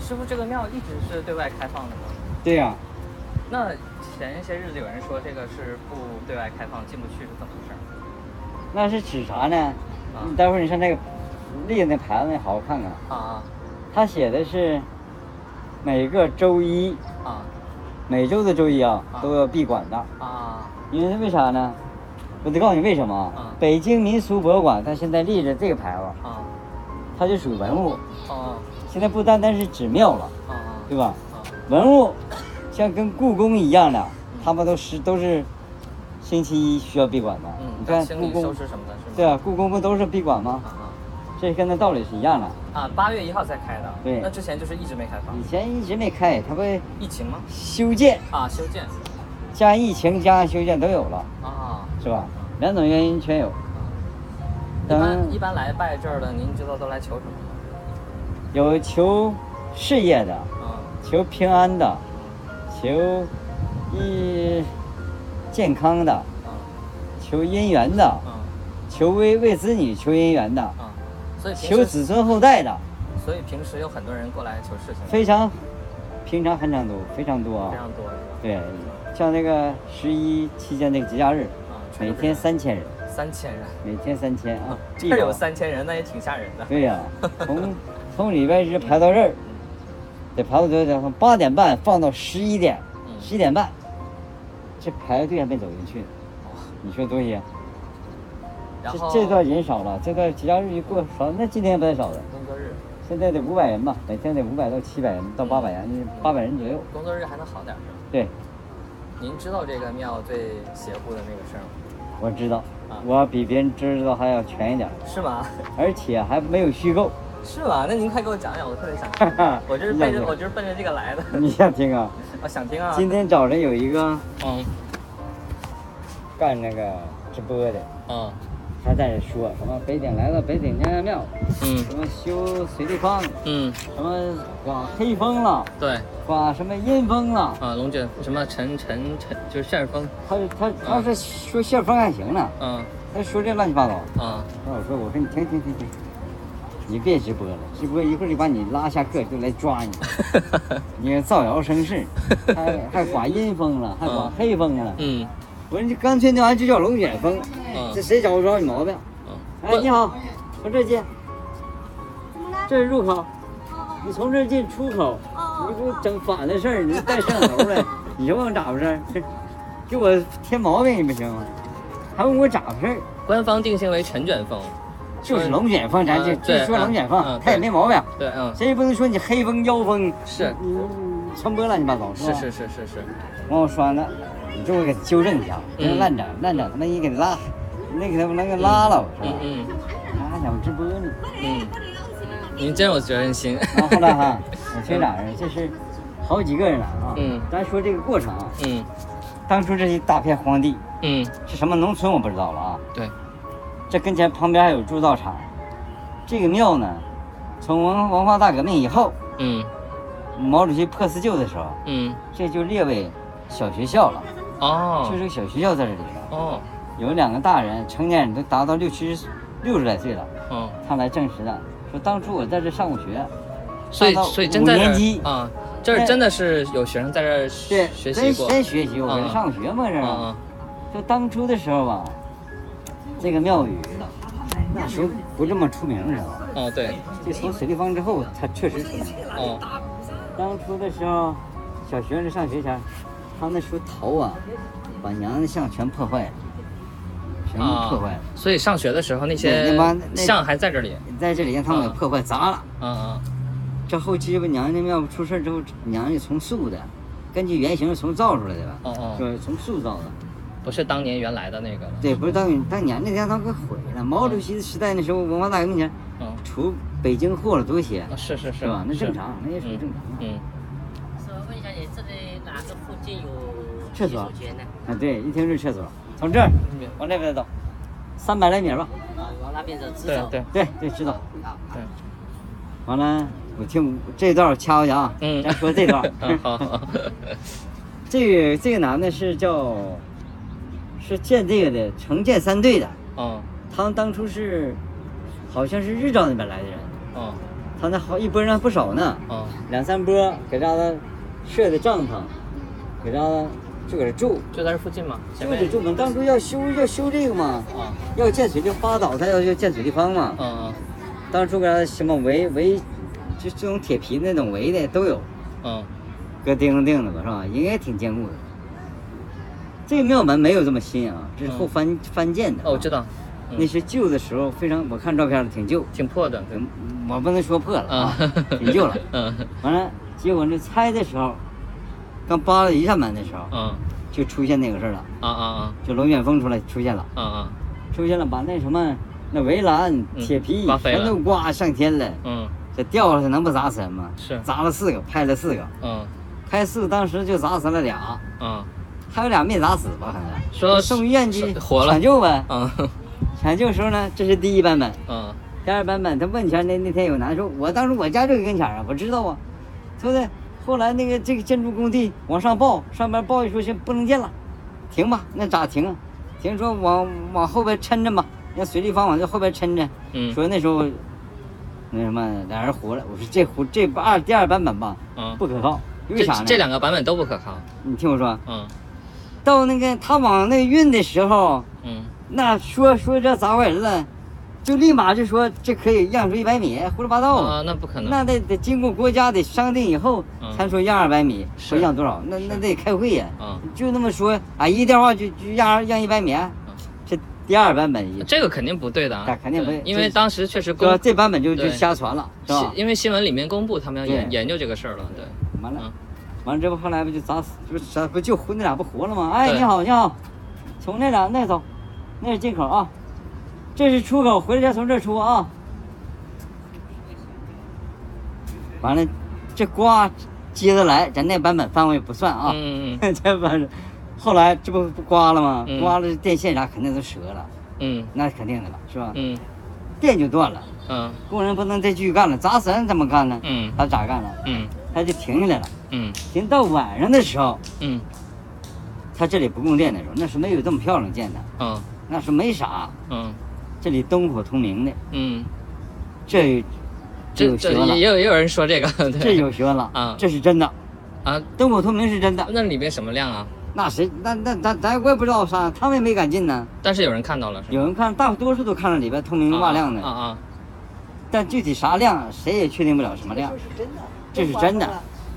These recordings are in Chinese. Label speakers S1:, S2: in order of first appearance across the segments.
S1: 师傅，这个庙一直是对外开放的吗？
S2: 对呀、
S1: 那前些日子有人说这个是不对外开放，进不去是怎么回事？
S2: 那是指啥呢？
S1: 啊
S2: 你待会儿你上那个立那牌子，你好好看看。
S1: 啊
S2: 他写的是每个周一，
S1: 啊
S2: 每周的周一啊
S1: 啊
S2: 都要闭馆的，
S1: 啊啊！
S2: 因为为啥呢？我得告诉你为什么
S1: 啊
S2: 啊！北京民俗博物馆它现在立着这个牌子，
S1: 啊
S2: 它就属于文物。
S1: 哦
S2: 现在不单单是纸庙了，
S1: 哦哦
S2: 对吧？
S1: 哦
S2: 文物像跟故宫一样的，
S1: 嗯
S2: 他们都是都是星期一需要闭馆的。
S1: 嗯，
S2: 你
S1: 要
S2: 看
S1: 清
S2: 故
S1: 理收
S2: 宫，
S1: 拾什么的是吗？
S2: 对啊，故宫不都是闭馆吗
S1: 啊？啊
S2: 这跟那道理是一样的。
S1: 啊！八月一号才开的，
S2: 对
S1: 那之前就是一直没开放
S2: 以，前一直没开，它不
S1: 疫情吗？
S2: 修建
S1: 啊，修建
S2: 加疫情加上修建都有了，
S1: 啊。
S2: 是吧？两种原因全有。
S1: 一
S2: 咱
S1: 般
S2: 们
S1: 一般来拜这儿的，您知道都来求什么
S2: 有求事业的，
S1: 吗？
S2: 求平安的，
S1: 嗯
S2: 求一健康的，
S1: 嗯
S2: 求姻缘的，
S1: 嗯
S2: 求为为子女求姻缘的，
S1: 嗯，所以平
S2: 求
S1: 时
S2: 子孙后代的，
S1: 所以平时有很多人过来求事情，
S2: 非常平常很常多，非常多
S1: 非
S2: 啊。
S1: 常多是吧？
S2: 对，像那个十一期间那个节假日，
S1: 啊，全
S2: 每
S1: 都是
S2: 天三千人，
S1: 三千人，
S2: 每天三千啊，
S1: 这儿有
S2: 地方
S1: 三千人，那也挺吓人的。
S2: 对呀、从从礼拜日排到这儿，得排到多少？从八点半放到十一点，
S1: 嗯
S2: 十一点半，这排队还没走进去呢。你说多些？
S1: 然
S2: 这
S1: 后
S2: 这段人少了，这段节假日一过少，那今天不太少了。
S1: 工作日，
S2: 现在得五百人吧，每天得五百到七百人到八百
S1: 嗯
S2: 人，八百人左右。
S1: 工作日还能好点儿是吧？
S2: 对，
S1: 您知道这个庙最邪乎的那个事儿吗？
S2: 我知道
S1: 啊，
S2: 我比别人知道还要全一点，
S1: 是吗？
S2: 而且还没有虚构。
S1: 是吗？那您快给我讲讲，我特别 想听。我就是
S2: 你想
S1: 奔着
S2: 听
S1: 我就是奔着这个来的，
S2: 你想听啊？
S1: 我想听啊。
S2: 今天早晨有一个
S1: 嗯
S2: 干那个直播的，
S1: 嗯
S2: 他在这说什么北顶来了，北顶娘娘庙，
S1: 嗯
S2: 什么修水立方，
S1: 嗯，
S2: 什么刮黑风了，
S1: 对
S2: 刮什么阴风了。
S1: 啊，龙卷什么陈陈陈就是旋风，
S2: 他他他是说旋风还行呢，
S1: 嗯
S2: 他说这乱七八糟。
S1: 嗯
S2: 那我说我说你停停停停，你别直播了，直播一会儿就把你拉下课就来抓你，你造谣 生事，还还刮阴风了，还刮黑风了。
S1: 嗯
S2: 我说你干脆那玩意儿就叫龙卷风，
S1: 嗯
S2: 这谁找不着你毛病？哎，你好，从这儿进，这是入口，你从这儿进出口，你给我整反了事儿，你带摄像头来，你说我咋回事儿？ 给我添毛病你不行吗？还问我咋回事儿？
S1: 官方定性为陈卷风，
S2: 就是龙卷风，咱就
S1: 嗯
S2: 就
S1: 对
S2: 说龙卷风
S1: 嗯，
S2: 他也没毛病，
S1: 对，嗯，
S2: 谁也不能说你黑风妖风，
S1: 是
S2: 你你传播乱七八糟，
S1: 是
S2: 吧？
S1: 是是是是，
S2: 完我说完了，你就给纠正一下，别
S1: 嗯
S2: 乱整乱整，他妈一给拉，那给他们能给拉了，我说，
S1: 嗯嗯
S2: 他还想直播呢。
S1: 嗯，您真有责任心，
S2: 然后后来哈，我这俩人这是好几个人了啊。
S1: 嗯
S2: 咱说这个过程啊，
S1: 嗯
S2: 当初这一大片荒地
S1: 嗯，
S2: 是什么农村我不知道了啊。
S1: 对，
S2: 这跟前旁边还有铸造厂，这个庙呢，从文文化大革命以后，
S1: 嗯
S2: 毛主席破四旧的时候，
S1: 嗯，
S2: 这就列为小学校了，就
S1: 哦
S2: 是个小学校在这里了。
S1: 哦
S2: 有两个大人，成年人都达到六七十、六十来岁了，
S1: 哦，
S2: 他来证实了，说当初我在这上过学，
S1: 所以
S2: 上到
S1: 所以
S2: 五
S1: 真在这
S2: 年级
S1: 儿啊，这儿真的是有学生在这儿
S2: 对，
S1: 学习
S2: 真
S1: 过，
S2: 真学习，我跟
S1: 嗯
S2: 上学嘛，这是。
S1: 嗯
S2: 就当初的时候吧，这个庙宇那时候不这么出名，知道吧？
S1: 嗯哦对，
S2: 就从水立方之后，它确实出名。
S1: 哦
S2: 当初的时候，小学生上学前，他那时候淘啊，把娘的像全破坏了，全部
S1: 啊
S2: 破坏了，，
S1: 所以上学的时候那些
S2: 那那帮那
S1: 像还在这里，
S2: 在这里让他们给
S1: 啊
S2: 破坏砸了。
S1: 嗯
S2: 这后期不娘那庙出事儿之后，娘就从塑的，根据原型是从造出来的吧？
S1: 嗯哦哦，
S2: 就是从塑造的。
S1: 不是当年原来的那个了，
S2: 对，不是当年当年那天他给毁了。毛主席时代那时候，文化大革命前，
S1: 嗯，
S2: 除北京祸了多些，
S1: 啊是是是
S2: 是吧？那正，常，那也
S1: 是
S2: 属于正常的。
S1: 嗯
S3: 是问一下你这里哪个附近有
S2: 厕
S3: 洗
S2: 所
S3: 手间呢？
S2: 啊，对，一听就是厕所，从这儿
S1: 嗯
S2: 往那边走，三百来米吧。
S3: 啊，往那边走，直
S1: 对
S3: 走。
S1: 对
S2: 对对，知道。
S3: 啊，
S1: 对。
S2: 完了，我听这段掐回去啊，
S1: 嗯，
S2: 咱说这
S1: 嗯，
S2: 段。
S1: 好好，
S2: 这个这个男的是叫，是建这个的城建三队的，
S1: 嗯
S2: 他们当初是好像是日照那边来的人，
S1: 嗯
S2: 他那好一波上不少呢，
S1: 啊
S2: 两三波给让他设的帐篷，给让他就搁这住，
S1: 就在这附近嘛，前
S2: 就
S1: 面
S2: 得住嘛。当初要修要修这个嘛，
S1: 啊
S2: 要建水立发倒，他要要建水立方嘛。
S1: 嗯
S2: 当初给他什么围围，就这种铁皮那种围的都有，
S1: 嗯嗯
S2: 搁钉子钉子吧，是吧？应该挺坚固的。这个庙门没有这么新啊，这是后
S1: 嗯
S2: 翻、翻建的。
S1: 哦我知道，嗯
S2: 那是旧的时候，非常我看照片儿挺旧，
S1: 挺破的，
S2: 嗯我不能说破了
S1: 啊
S2: 啊， 挺旧了。
S1: 嗯
S2: 完了，结果那拆的时候，刚扒了一扇门的时候，
S1: 嗯
S2: 就出现那个事儿了，
S1: 啊啊
S2: 就龙卷风出来出现了，
S1: 啊啊啊
S2: 出现了把那什么那围栏、
S1: 嗯
S2: 铁皮
S1: 刮飞了
S2: 全都刮上天了，
S1: 嗯
S2: 这掉下来能不砸死人吗？
S1: 是
S2: 砸了四个，拍了四个，
S1: 嗯
S2: 拍四个当时就砸死了俩，
S1: 嗯
S2: 还有俩没砸死吧？可能
S1: 说到
S2: 送医院去
S1: 说活了
S2: 抢救呗。
S1: 嗯
S2: 抢救时候呢，这是第一版本。
S1: 嗯
S2: 第二版本他问前那那天有男说，我当时我家就跟前儿啊，我知道啊，说的后来那个这个建筑工地往上报，上边报一说是不能建了，停吧，那咋停啊？停说往往后边抻抻吧，让水立方往这后边抻抻。
S1: 嗯
S2: 说那时候那什么俩人活了，我说这活这二第二版本吧
S1: 嗯
S2: 不可靠，为
S1: 这
S2: 啥呢？
S1: 这两个版本都不可靠，
S2: 你听我说，
S1: 嗯
S2: 到那个他往那运的时候，
S1: 嗯
S2: 那说说这咋回事了，就立马就说这可以让出一百米，胡说八道
S1: 啊那不可能，
S2: 哦那得得经过国家得商定以后
S1: 嗯
S2: 才说压二百米，
S1: 是
S2: 说让多少？那那得开会呀。
S1: 嗯
S2: 就那么说，俺一电话就就压让一百米，啊这第二版本一，
S1: 这个肯定不对的嗯啊
S2: 那，肯定不对
S1: 因为
S2: 这
S1: 当时确实公
S2: 哥这版本就就
S1: 对
S2: 瞎传了，是吧
S1: 是？因为新闻里面公布他们要研
S2: 对
S1: 研究这个事儿了，对，
S2: 完
S1: 嗯
S2: 了，完了这不后来不就砸死，不是咋不就活那俩不活了吗？哎，
S1: 对
S2: 你好你好，从那俩那走，那是进口啊，这是出口，回来再从这儿出啊。啊完了，这瓜接着来，咱那版本翻过去不算啊。
S1: 嗯嗯
S2: 这不是，后来这不不刮了吗？
S1: 嗯
S2: 刮了电线啥肯定都折了，
S1: 嗯
S2: 那肯定的了，是吧？
S1: 嗯
S2: 电就断了，
S1: 嗯
S2: 工人不能再继续干了，砸死人怎么干呢？
S1: 嗯
S2: 他咋干了？
S1: 嗯
S2: 他就停下来了。
S1: 嗯
S2: 停到晚上的时候，
S1: 嗯
S2: 他这里不供电的时候，那是没有这么漂亮建的，
S1: 嗯
S2: 那是没啥，
S1: 嗯
S2: 这里灯火通明的，
S1: 嗯，
S2: 这这
S1: 这这
S2: 有学
S1: 也
S2: 了，
S1: 有也有人说这个，
S2: 这
S1: 对
S2: 有学了
S1: 啊
S2: 这是真的，
S1: 啊，
S2: 灯火通明是真的。
S1: 那里面什么量啊？
S2: 那谁那那咱咱我也不知道啥，他们也没敢进呢。
S1: 但是有人看到了是吧？
S2: 有人看，大多数都看着里边通明
S1: 啊
S2: 瓦亮的，
S1: 啊啊，
S2: 但具体啥量，谁也确定不了什么量。啊这是真的，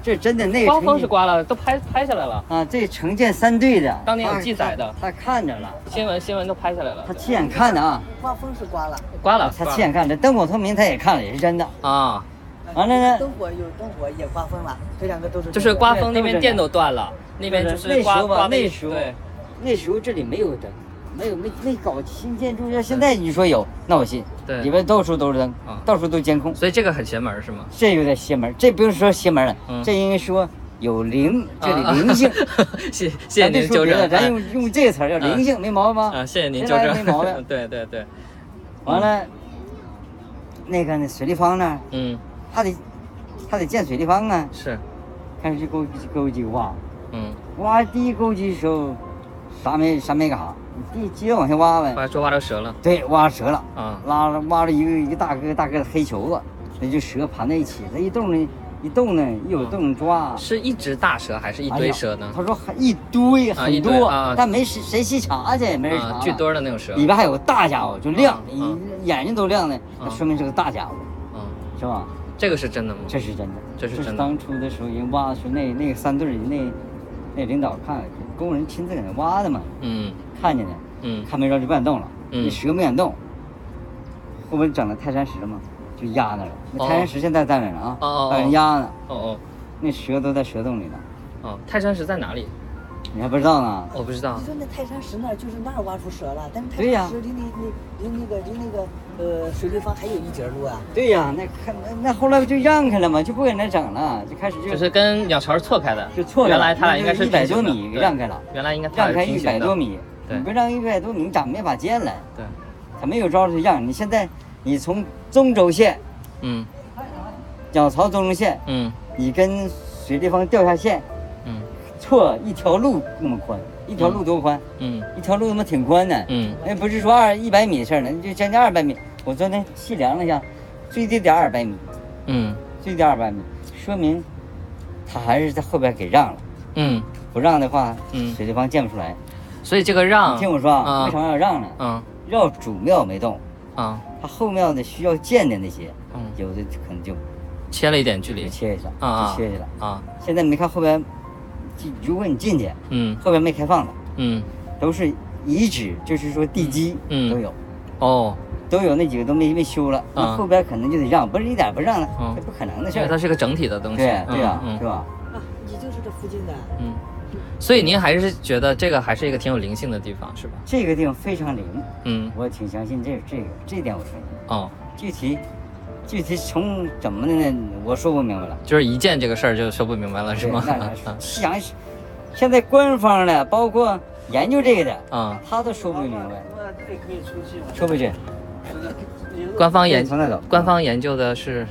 S2: 这是真的。那个
S1: 刮
S2: 承
S1: 风
S2: 建
S1: 是刮了，都拍拍下来了，
S2: 啊，这承建三队的，
S1: 当年有
S2: 他
S1: 记载的
S2: 他他看着了，
S1: 新闻新闻都拍下来了
S2: 他，亲眼看的啊，
S4: 刮风是刮了，
S1: 刮了，
S2: 他
S1: 刮
S2: 亲眼看着，灯火通明他也看了，也是真的。
S1: 了啊，
S2: 完了呢
S4: 灯火有灯火也刮风了，这两个都是
S1: 就是刮风那
S2: 对都是
S1: 边电都断了，那边就
S2: 那
S1: 是
S2: 时
S1: 刮
S2: 候吧，
S1: 刮
S2: 那
S1: 被
S2: 时候
S1: 对，
S2: 那时候这里没有灯，没有没没搞新建筑，要现在你说有，那我信。
S1: 对
S2: 里边到处都是灯
S1: 啊，
S2: 到处都监控，
S1: 所以这个很邪门是吗？
S2: 这有点邪门儿。这不用说邪门儿
S1: 嗯
S2: 了，这应该说有灵，这
S1: 啊
S2: 里灵性。，
S1: 谢 谢谢
S2: 咱别
S1: 您
S2: 说
S1: 纠
S2: 别的
S1: 正，
S2: 咱
S1: 哎
S2: 用用这个词儿叫灵性，没毛病吧？
S1: 啊，谢谢您
S2: 谁
S1: 纠
S2: 来
S1: 正，
S2: 没 毛病。
S1: 对对对，
S2: 完了，那个那水立方呢，
S1: 嗯，
S2: 还得还得建水立方啊，
S1: 是，
S2: 开始就勾勾机挖，
S1: 嗯，
S2: 挖第一勾机的时候，啥没啥没干啥，你接着往下挖呗。
S1: 把说挖着折了
S2: 对，挖折了，
S1: 啊，
S2: 拉了挖了一个一个大个大个的黑球子，那就蛇盘在一起，它一动呢，一动呢，一有动抓。
S1: 是一只大蛇还是一
S2: 哎
S1: 堆
S2: 呀
S1: 蛇呢？
S2: 他说还一堆
S1: 啊
S2: 很
S1: 一堆
S2: 多，
S1: 啊
S2: 但没谁谁细查去，没人查
S1: 啊，
S2: 了。
S1: 巨多的那种蛇，
S2: 里边还有个大家伙，就亮，
S1: 嗯嗯
S2: 一眼睛都亮的，那
S1: 嗯
S2: 说明是个大家伙，
S1: 嗯，
S2: 是吧？
S1: 这个是真的吗？
S2: 这是真的，
S1: 这是
S2: 就
S1: 真的
S2: 当初的时候，人挖的时候，那那个三队儿那那领导看，工人亲自搁那挖的嘛，
S1: 嗯
S2: 看见的，
S1: 嗯
S2: 看没着就不敢动了，
S1: 嗯
S2: 那蛇没敢动，后边整了泰山石嘛，就压那儿了。那泰山石现在在哪儿呢啊？
S1: 哦哦哦
S2: 把人压呢，
S1: 哦
S2: 那蛇都在蛇洞里呢，
S1: 哦哦，泰山石在哪里？
S2: 你还不知道呢？
S1: 我不知道
S4: 你，说那泰山石那儿就是那儿挖出蛇了，但是泰
S2: 对呀
S4: 山石离那那离那个离那个呃水立方还有一截路啊。
S2: 对呀，那看那那后来不就让开了嘛，就不给那整了，就开始就
S1: 就是跟鸟巢是错开的，
S2: 就错开了
S1: 原来它俩应该是
S2: 一百多
S1: 平行的
S2: 米
S1: 对
S2: 让开了
S1: 原来应该它俩
S2: 让
S1: 是
S2: 开
S1: 平
S2: 一
S1: 行的
S2: 百多，米，
S1: 对
S2: 你不让一百多米，你咋没法建了？
S1: 对，
S2: 他没有招就让你现在你从中轴线
S1: 嗯
S2: 鸟巢中轴线，
S1: 嗯
S2: 你跟水立方掉下线
S1: 嗯
S2: 错一条路那么宽，一条路多宽？
S1: 嗯
S2: 一条路他妈挺宽的，
S1: 嗯
S2: 那不是说二一百米的事儿了，那就将近二百米。我昨天细量了一下，最低得二百米，
S1: 嗯
S2: 最低二百米，说明他还是在后边给让了，
S1: 嗯，
S2: 不让的话，
S1: 嗯
S2: 水立方建不出来。
S1: 所以这个让，
S2: 你听我说啊，
S1: 啊
S2: 为啥要让呢？
S1: 嗯
S2: 绕主庙没动，
S1: 啊
S2: 他后庙的需要建的那些，
S1: 嗯
S2: 有的可能就
S1: 切了一点距
S2: 就
S1: 离
S2: 切一下，
S1: 啊啊
S2: 就切一下。
S1: 啊
S2: 现在你没看后边，就如果你进去，
S1: 嗯
S2: 后边没开放的，
S1: 嗯
S2: 都是遗址，就是说地基
S1: 嗯嗯
S2: 都有，
S1: 哦，
S2: 都有那几个都没没修了，那
S1: 啊
S2: 后边可能就得让，不是一点不让了，
S1: 嗯
S2: 这不可能的事
S1: 因为
S2: 儿
S1: 它。是个整体的东西，
S2: 对对呀
S1: 嗯，
S2: 是吧？
S4: 啊，你就是这附近的，
S1: 嗯，所以您还是觉得这个还是一个挺有灵性的地方，是吧？
S2: 这个地方非常灵，
S1: 嗯，
S2: 我挺相信这这个这点我相信。
S1: 哦，
S2: 具体具体从怎么的呢？我说不明白了，
S1: 就是一见这个事儿就说不明白了，是
S2: 对
S1: 吗？
S2: 那咱说想，现在官方的，包括研究这个的，
S1: 啊，
S2: 他都说不明白，
S5: 那这可以出去吗？
S2: 说不准。
S1: 嗯官方啊研
S2: 从那走，
S1: 官方研究的是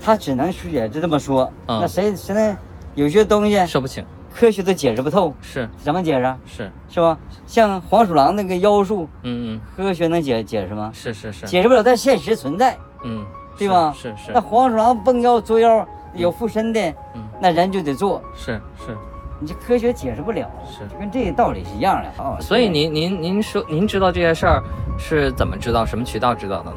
S2: 他只能也是这么说。
S1: 嗯
S2: 那谁谁呢？有些东西
S1: 说不清，
S2: 科学都解释不透，
S1: 是
S2: 怎么解释？啊
S1: 是，
S2: 是吧？像黄鼠狼那个妖术，
S1: 嗯
S2: 科学能解解释吗
S1: 嗯，？是是是，
S2: 解释不了，但现实存在，
S1: 嗯，
S2: 对吧？
S1: 是是
S2: 那黄鼠狼蹦腰捉妖，有附身的，
S1: 嗯
S2: 那人就得做，
S1: 是是
S2: 你这科学解释不了，
S1: 是
S2: 就跟这个道理是一样的。哦，
S1: 所以
S2: 对
S1: 您您您说您知道这些事儿是怎么知道，什么渠道知道的呢？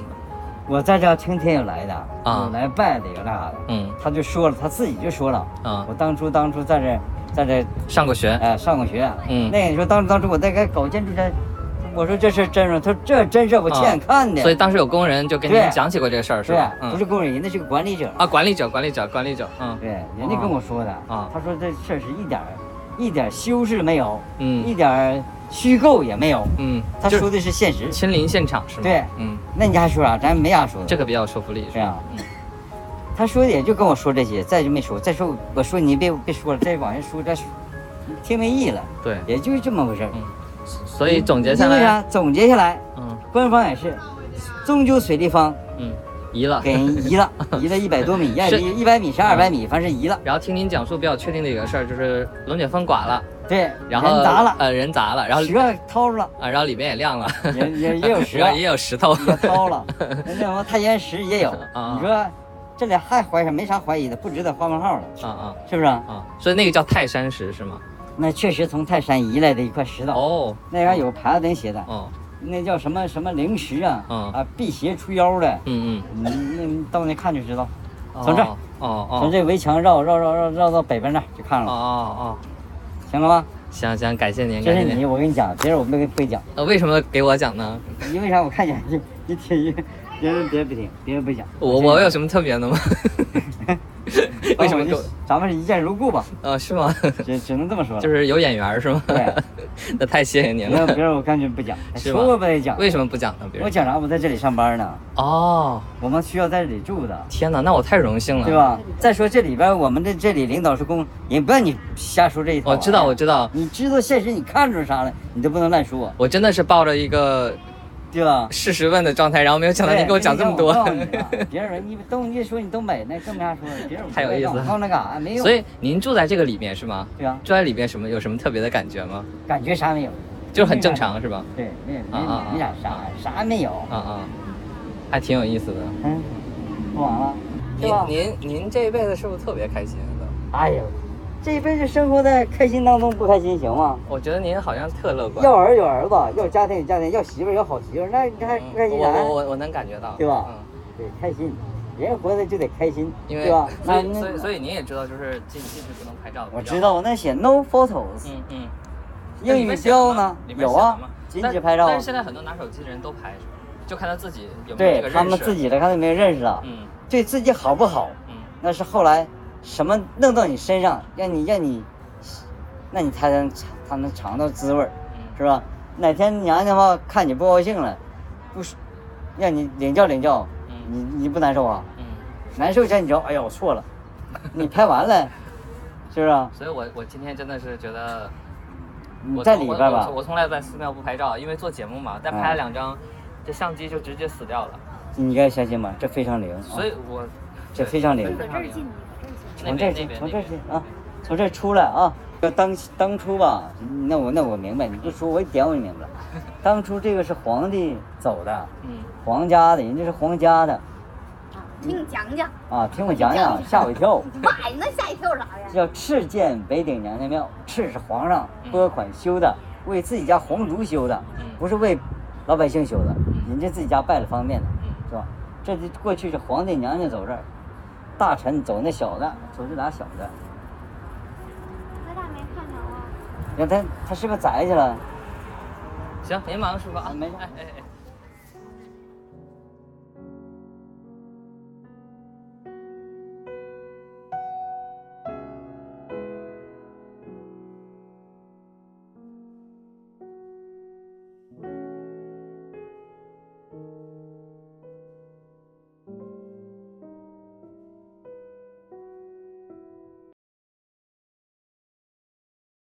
S2: 我在这儿听天有来的，
S1: 啊
S2: 有来拜的，有那啥的，
S1: 嗯
S2: 他就说了，他自己就说了，
S1: 啊
S2: 我，当初当初在这在这
S1: 上过学，
S2: 哎，上过学。
S1: 嗯
S2: 那你说当时当初我在该搞建筑这，我说这是真事，他说这真是我
S1: 啊
S2: 亲眼看的。
S1: 所以当时有工人就跟
S2: 对
S1: 您讲起过这个事儿，是
S2: 对啊
S1: 吧？，嗯
S2: 不是工人，人家是个管理者。
S1: 啊，管理者，管理者，管理者，嗯
S2: 对，人家跟我说的
S1: 啊
S2: 他说这事儿是一点儿一点儿修饰没有，一
S1: 嗯
S2: 点儿虚构也没有，
S1: 嗯，
S2: 他
S1: 就是
S2: 说的是现实。
S1: 亲临现场是吗？
S2: 对
S1: 嗯，
S2: 那你还说啥？咱没啥说的。
S1: 这个比较有说服力，
S2: 是
S1: 是吧？
S2: 啊，他说的也就跟我说这些，再就没说。再说我说你别别说了，再往下说再说，听没意了，
S1: 对，
S2: 也就是这么回事儿。
S1: 所以嗯总结下
S2: 啊因为
S1: 来，
S2: 啥？总结下来，
S1: 嗯
S2: 官方也是，终究水立方
S1: 嗯，移了。
S2: 给人移 了，移了一百多米，呀，
S1: 是
S2: 一一百米是二百米，反正移了。
S1: 然后听您讲述比较确定的一个事儿，就是龙卷风刮了，
S2: 对，
S1: 然后
S2: 人砸了，
S1: 呃，人砸了，然后
S2: 蛇掏 了，
S1: 啊，然后里边也亮了，
S2: 也 也也有蛇
S1: 然后也有石头，
S2: 也掏了，那什么太原石也有。
S1: 啊
S2: 你说这俩还怀疑没啥怀疑的，不值得画问号了，
S1: 啊啊
S2: 是不是？
S1: 啊！所以那个叫泰山石是吗？
S2: 那确实从泰山移来的一块石头，
S1: 哦
S2: 那上有牌子真写的，
S1: 哦，
S2: 那叫什么什么灵石啊，
S1: 嗯
S2: 啊辟邪除妖 的，
S1: 嗯
S2: 你那你到那看就知道，
S1: 嗯，
S2: 从这儿
S1: 哦哦哦，
S2: 从这围墙绕绕绕绕绕到北边那儿就看
S1: 哦
S2: 了，
S1: 哦哦，
S2: 行了吧？
S1: 行行，感谢您，
S2: 这
S1: 感谢
S2: 是你，
S1: 您。
S2: 我跟你讲，别人我们都给不会讲，
S1: 呃，为什么给我讲呢？
S2: 因为啥？我看见你你听，别人别人不听，别人不讲，
S1: 我我有什么特别 的吗？ 为什么给
S2: 啊就
S1: 我？
S2: 咱们是一见如故吧，
S1: 呃，是吗？
S2: 只只能这么说 了，
S1: 就是有眼缘儿是吗
S2: 对？
S1: 那太谢谢您
S2: 别人别
S1: 了。
S2: 人我感觉不讲，
S1: 是
S2: 说
S1: 吧
S2: 我不得讲，
S1: 为什么不讲呢？别
S2: 我
S1: 人
S2: 讲啥？我在这里上班呢，
S1: 哦，
S2: 我们需要在这里住的。
S1: 天哪，那我太荣幸了，
S2: 对？吧？再说这里边儿，我们这这里领导是公，也不让你瞎说这一套。
S1: 我
S2: 啊
S1: 知道，我知道，
S2: 你知道现实，你看出啥了，你都不能乱说，
S1: 我真的是抱着一个
S2: 对 吧？
S1: 事实问的状态，然后没有想到
S2: 对
S1: 您给我讲这么
S2: 我
S1: 多，
S2: 告诉你啊别人说你东你说你东北那更没啥说的，别人
S1: 太有意思了
S2: 放那干啥？没 有，
S1: 所以您住在这个里面是吗？
S2: 对啊，
S1: 住在里面什么有什么特别的感觉吗？
S2: 感觉啥没有，
S1: 就是很正。常是吧？
S2: 对，没有
S1: 啊
S2: 没
S1: 啊
S2: 有
S1: 啊
S2: 没啥啥啥没有，
S1: 啊啊，还挺有意思的。
S2: 嗯，说完了，对啊吧？
S1: 您您您这一辈子是不是特别开心的？
S2: 哎呦，这一辈子生活在开心当中，不开心行吗？
S1: 我觉得您好像特乐观。
S2: 要儿有儿子，要家庭有家庭，要媳妇儿有好媳妇儿，那你还
S1: 嗯
S2: 不开心啥呀？
S1: 我我我我能感觉到，
S2: 对吧
S1: 嗯
S2: 对，开心，人活着就得开心，
S1: 因为
S2: 对吧？
S1: 所
S2: 那
S1: 以
S2: 那
S1: 所以所以您也知道，就是进进去不能拍照的。
S2: 我知。道，我那写 no photos，
S1: 嗯嗯。那
S2: 英
S1: 里
S2: 语
S1: 面写了
S2: 标
S1: 吗
S2: 呢
S1: 里面
S2: 有
S1: 写了
S2: 啊
S1: 吗，
S2: 禁
S1: 但
S2: 止拍照
S1: 但，是现在很多拿手机的人都拍，是吧？就看他自己有没有这
S2: 对
S1: 个认识。啊
S2: 他们自。己的看有没有认识了，
S1: 嗯
S2: 对自己好不好，
S1: 嗯
S2: 那是后来什么弄到你身上，让你让你，那你才能尝才能尝到滋味儿，
S1: 嗯。
S2: 是吧？哪天娘家话看你不高兴了，不是让你领教领教，你你不难受啊？
S1: 嗯。
S2: 难受前你知道，哎呀我错了， 你拍完了，是不是啊？
S1: 所以我我今天真的是觉得
S2: 你
S1: 我
S2: 在
S1: 从
S2: 里边
S1: 我
S2: 吧
S1: 我，我从来在寺庙不拍照，因为做节目嘛，但拍
S2: 嗯
S1: 了两张，这相机就直接死掉了。
S2: 你该相信吧，这非常灵，啊
S1: 所以我
S2: 这非常
S5: 啊
S2: 灵。
S1: 这儿进，
S2: 从这
S1: 边那
S2: 儿进，
S1: 边
S2: 从
S1: 那
S2: 这儿
S1: 边
S2: 进啊，从这儿出来啊。要当当初吧，那我那我明白，你不说我一点我就明白 了。当初这个是皇帝走的，
S1: 嗯
S2: 皇家的，人家是皇家的，
S5: 听你讲 讲。
S2: 啊，听我 讲讲，吓我一跳。
S5: 哇，那吓一跳啥呀？
S2: 叫赤建北顶娘娘庙，赤是皇上拨款修的，为自己家皇族修的，不是为老百姓修的，人家自己家拜了方便的，是吧？这就过去是皇帝娘娘走这儿，大臣走那小的，走这俩小的。
S5: 我咋没看着啊？
S2: 你看他他是不是宰去了？
S1: 行，您忙，师傅啊
S2: 啊，没事
S1: 哎哎哎。